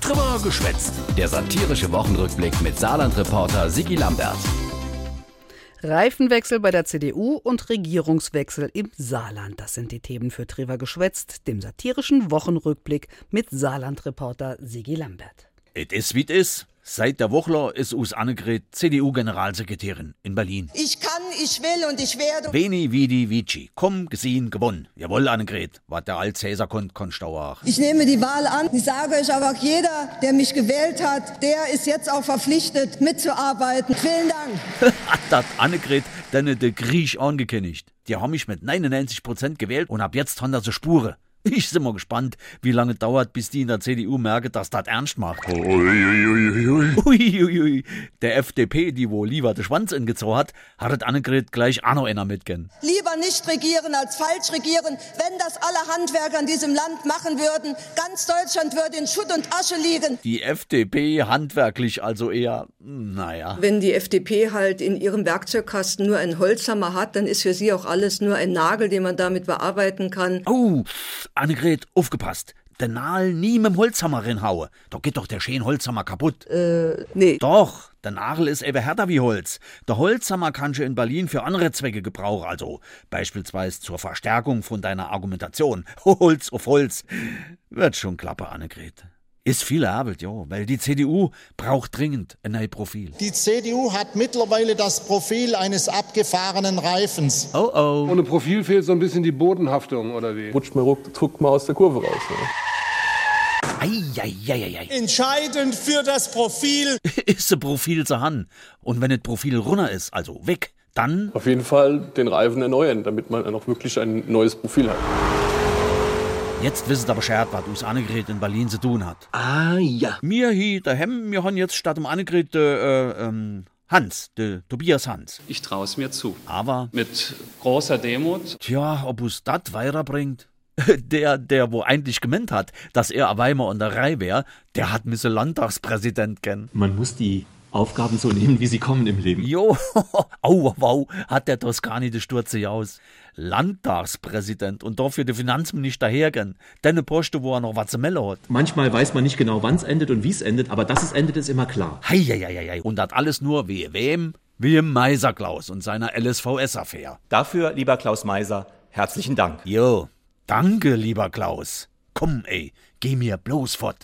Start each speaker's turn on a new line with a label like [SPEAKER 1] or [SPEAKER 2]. [SPEAKER 1] Trimmer geschwätzt. Der satirische Wochenrückblick mit Saarland-Reporter Sigi Lambert.
[SPEAKER 2] Reifenwechsel bei der CDU und Regierungswechsel im Saarland. Das sind die Themen für Trever geschwätzt, dem satirischen Wochenrückblick mit Saarland-Reporter Sigi Lambert.
[SPEAKER 3] Et is wie is. Seit der Wochler ist Us Annegret CDU-Generalsekretärin in Berlin.
[SPEAKER 4] Ich kann, ich will und ich werde.
[SPEAKER 3] Veni, vidi, vici. Komm, gesehen, gewonnen. Jawohl, Annegret. Was der Alt-Cäsar konnt, konnt auch.
[SPEAKER 4] Ich nehme die Wahl an. Ich sage euch aber auch, jeder, der mich gewählt hat, der ist jetzt auch verpflichtet, mitzuarbeiten. Vielen Dank.
[SPEAKER 3] Hat dat Annegret denn de Griech angekündigt? Die haben mich mit 99% gewählt und ab jetzt haben da so Spuren. Ich sind mal gespannt, wie lange dauert, bis die in der CDU merken, dass das ernst macht. Uiuiui, der FDP, die wohl lieber den Schwanz ingezogen hat, hat das Annegret gleich auch noch einer mitgen.
[SPEAKER 4] Lieber nicht regieren als falsch regieren. Wenn das alle Handwerker in diesem Land machen würden, ganz Deutschland würde in Schutt und Asche liegen.
[SPEAKER 3] Die FDP handwerklich also eher, naja.
[SPEAKER 5] Wenn die FDP halt in ihrem Werkzeugkasten nur einen Holzhammer hat, dann ist für sie auch alles nur ein Nagel, den man damit bearbeiten kann.
[SPEAKER 3] Oh, Annegret, aufgepasst. Den Nagel nie mit dem Holzhammer reinhaue. Da geht doch der schöne Holzhammer kaputt.
[SPEAKER 5] Äh, nee.
[SPEAKER 3] Doch, der Nagel ist eben härter wie Holz. Der Holzhammer kannst du in Berlin für andere Zwecke gebrauchen, also beispielsweise zur Verstärkung von deiner Argumentation. Holz auf Holz. Wird schon klappe, Annegret. Ist viel Arbeit, ja, weil die CDU braucht dringend ein neues Profil.
[SPEAKER 6] Die CDU hat mittlerweile das Profil eines abgefahrenen Reifens.
[SPEAKER 3] Oh oh.
[SPEAKER 7] Ohne Profil fehlt so ein bisschen die Bodenhaftung, oder wie?
[SPEAKER 8] rutscht mal ruck, zuckt mal aus der Kurve raus. Ne?
[SPEAKER 3] Eieieiei.
[SPEAKER 6] Entscheidend für das Profil
[SPEAKER 3] Ist ein Profil zu han. Und wenn das Profil runter ist, also weg, dann
[SPEAKER 8] Auf jeden Fall den Reifen erneuern, damit man dann auch wirklich ein neues Profil hat.
[SPEAKER 3] Jetzt wisset aber Bescheid, was us Annegret in Berlin zu tun hat.
[SPEAKER 8] Ah ja.
[SPEAKER 3] Mir hi daheim, wir haben jetzt statt dem Annegret de, äh, ähm, Hans, de Tobias Hans.
[SPEAKER 9] Ich traue es mir zu.
[SPEAKER 3] Aber,
[SPEAKER 9] Mit großer Demut.
[SPEAKER 3] tja, ob us dat weiterbringt? Der, der wo eigentlich gemeint hat, dass er a Weimar und der Rhein wär, der hat misse Landtagspräsident kennen.
[SPEAKER 10] Man muss die Aufgaben so nehmen, wie sie kommen im Leben.
[SPEAKER 3] Jo, au, wow, hat der Toskani de Sturze aus. Landtagspräsident und dafür der Finanzminister hergen. Denne Poste, wo er noch was zu melden hat.
[SPEAKER 10] Manchmal weiß man nicht genau, wann es endet und wie es endet, aber dass es endet, ist immer klar.
[SPEAKER 3] Heieieiei. Und das alles nur wehe wem? Wehe Meiserklaus und seiner LSVS-Affäre.
[SPEAKER 11] Dafür, lieber Klaus Meiser, herzlichen Dank.
[SPEAKER 3] Jo, danke, lieber Klaus. Komm, ey, geh mir bloß fort.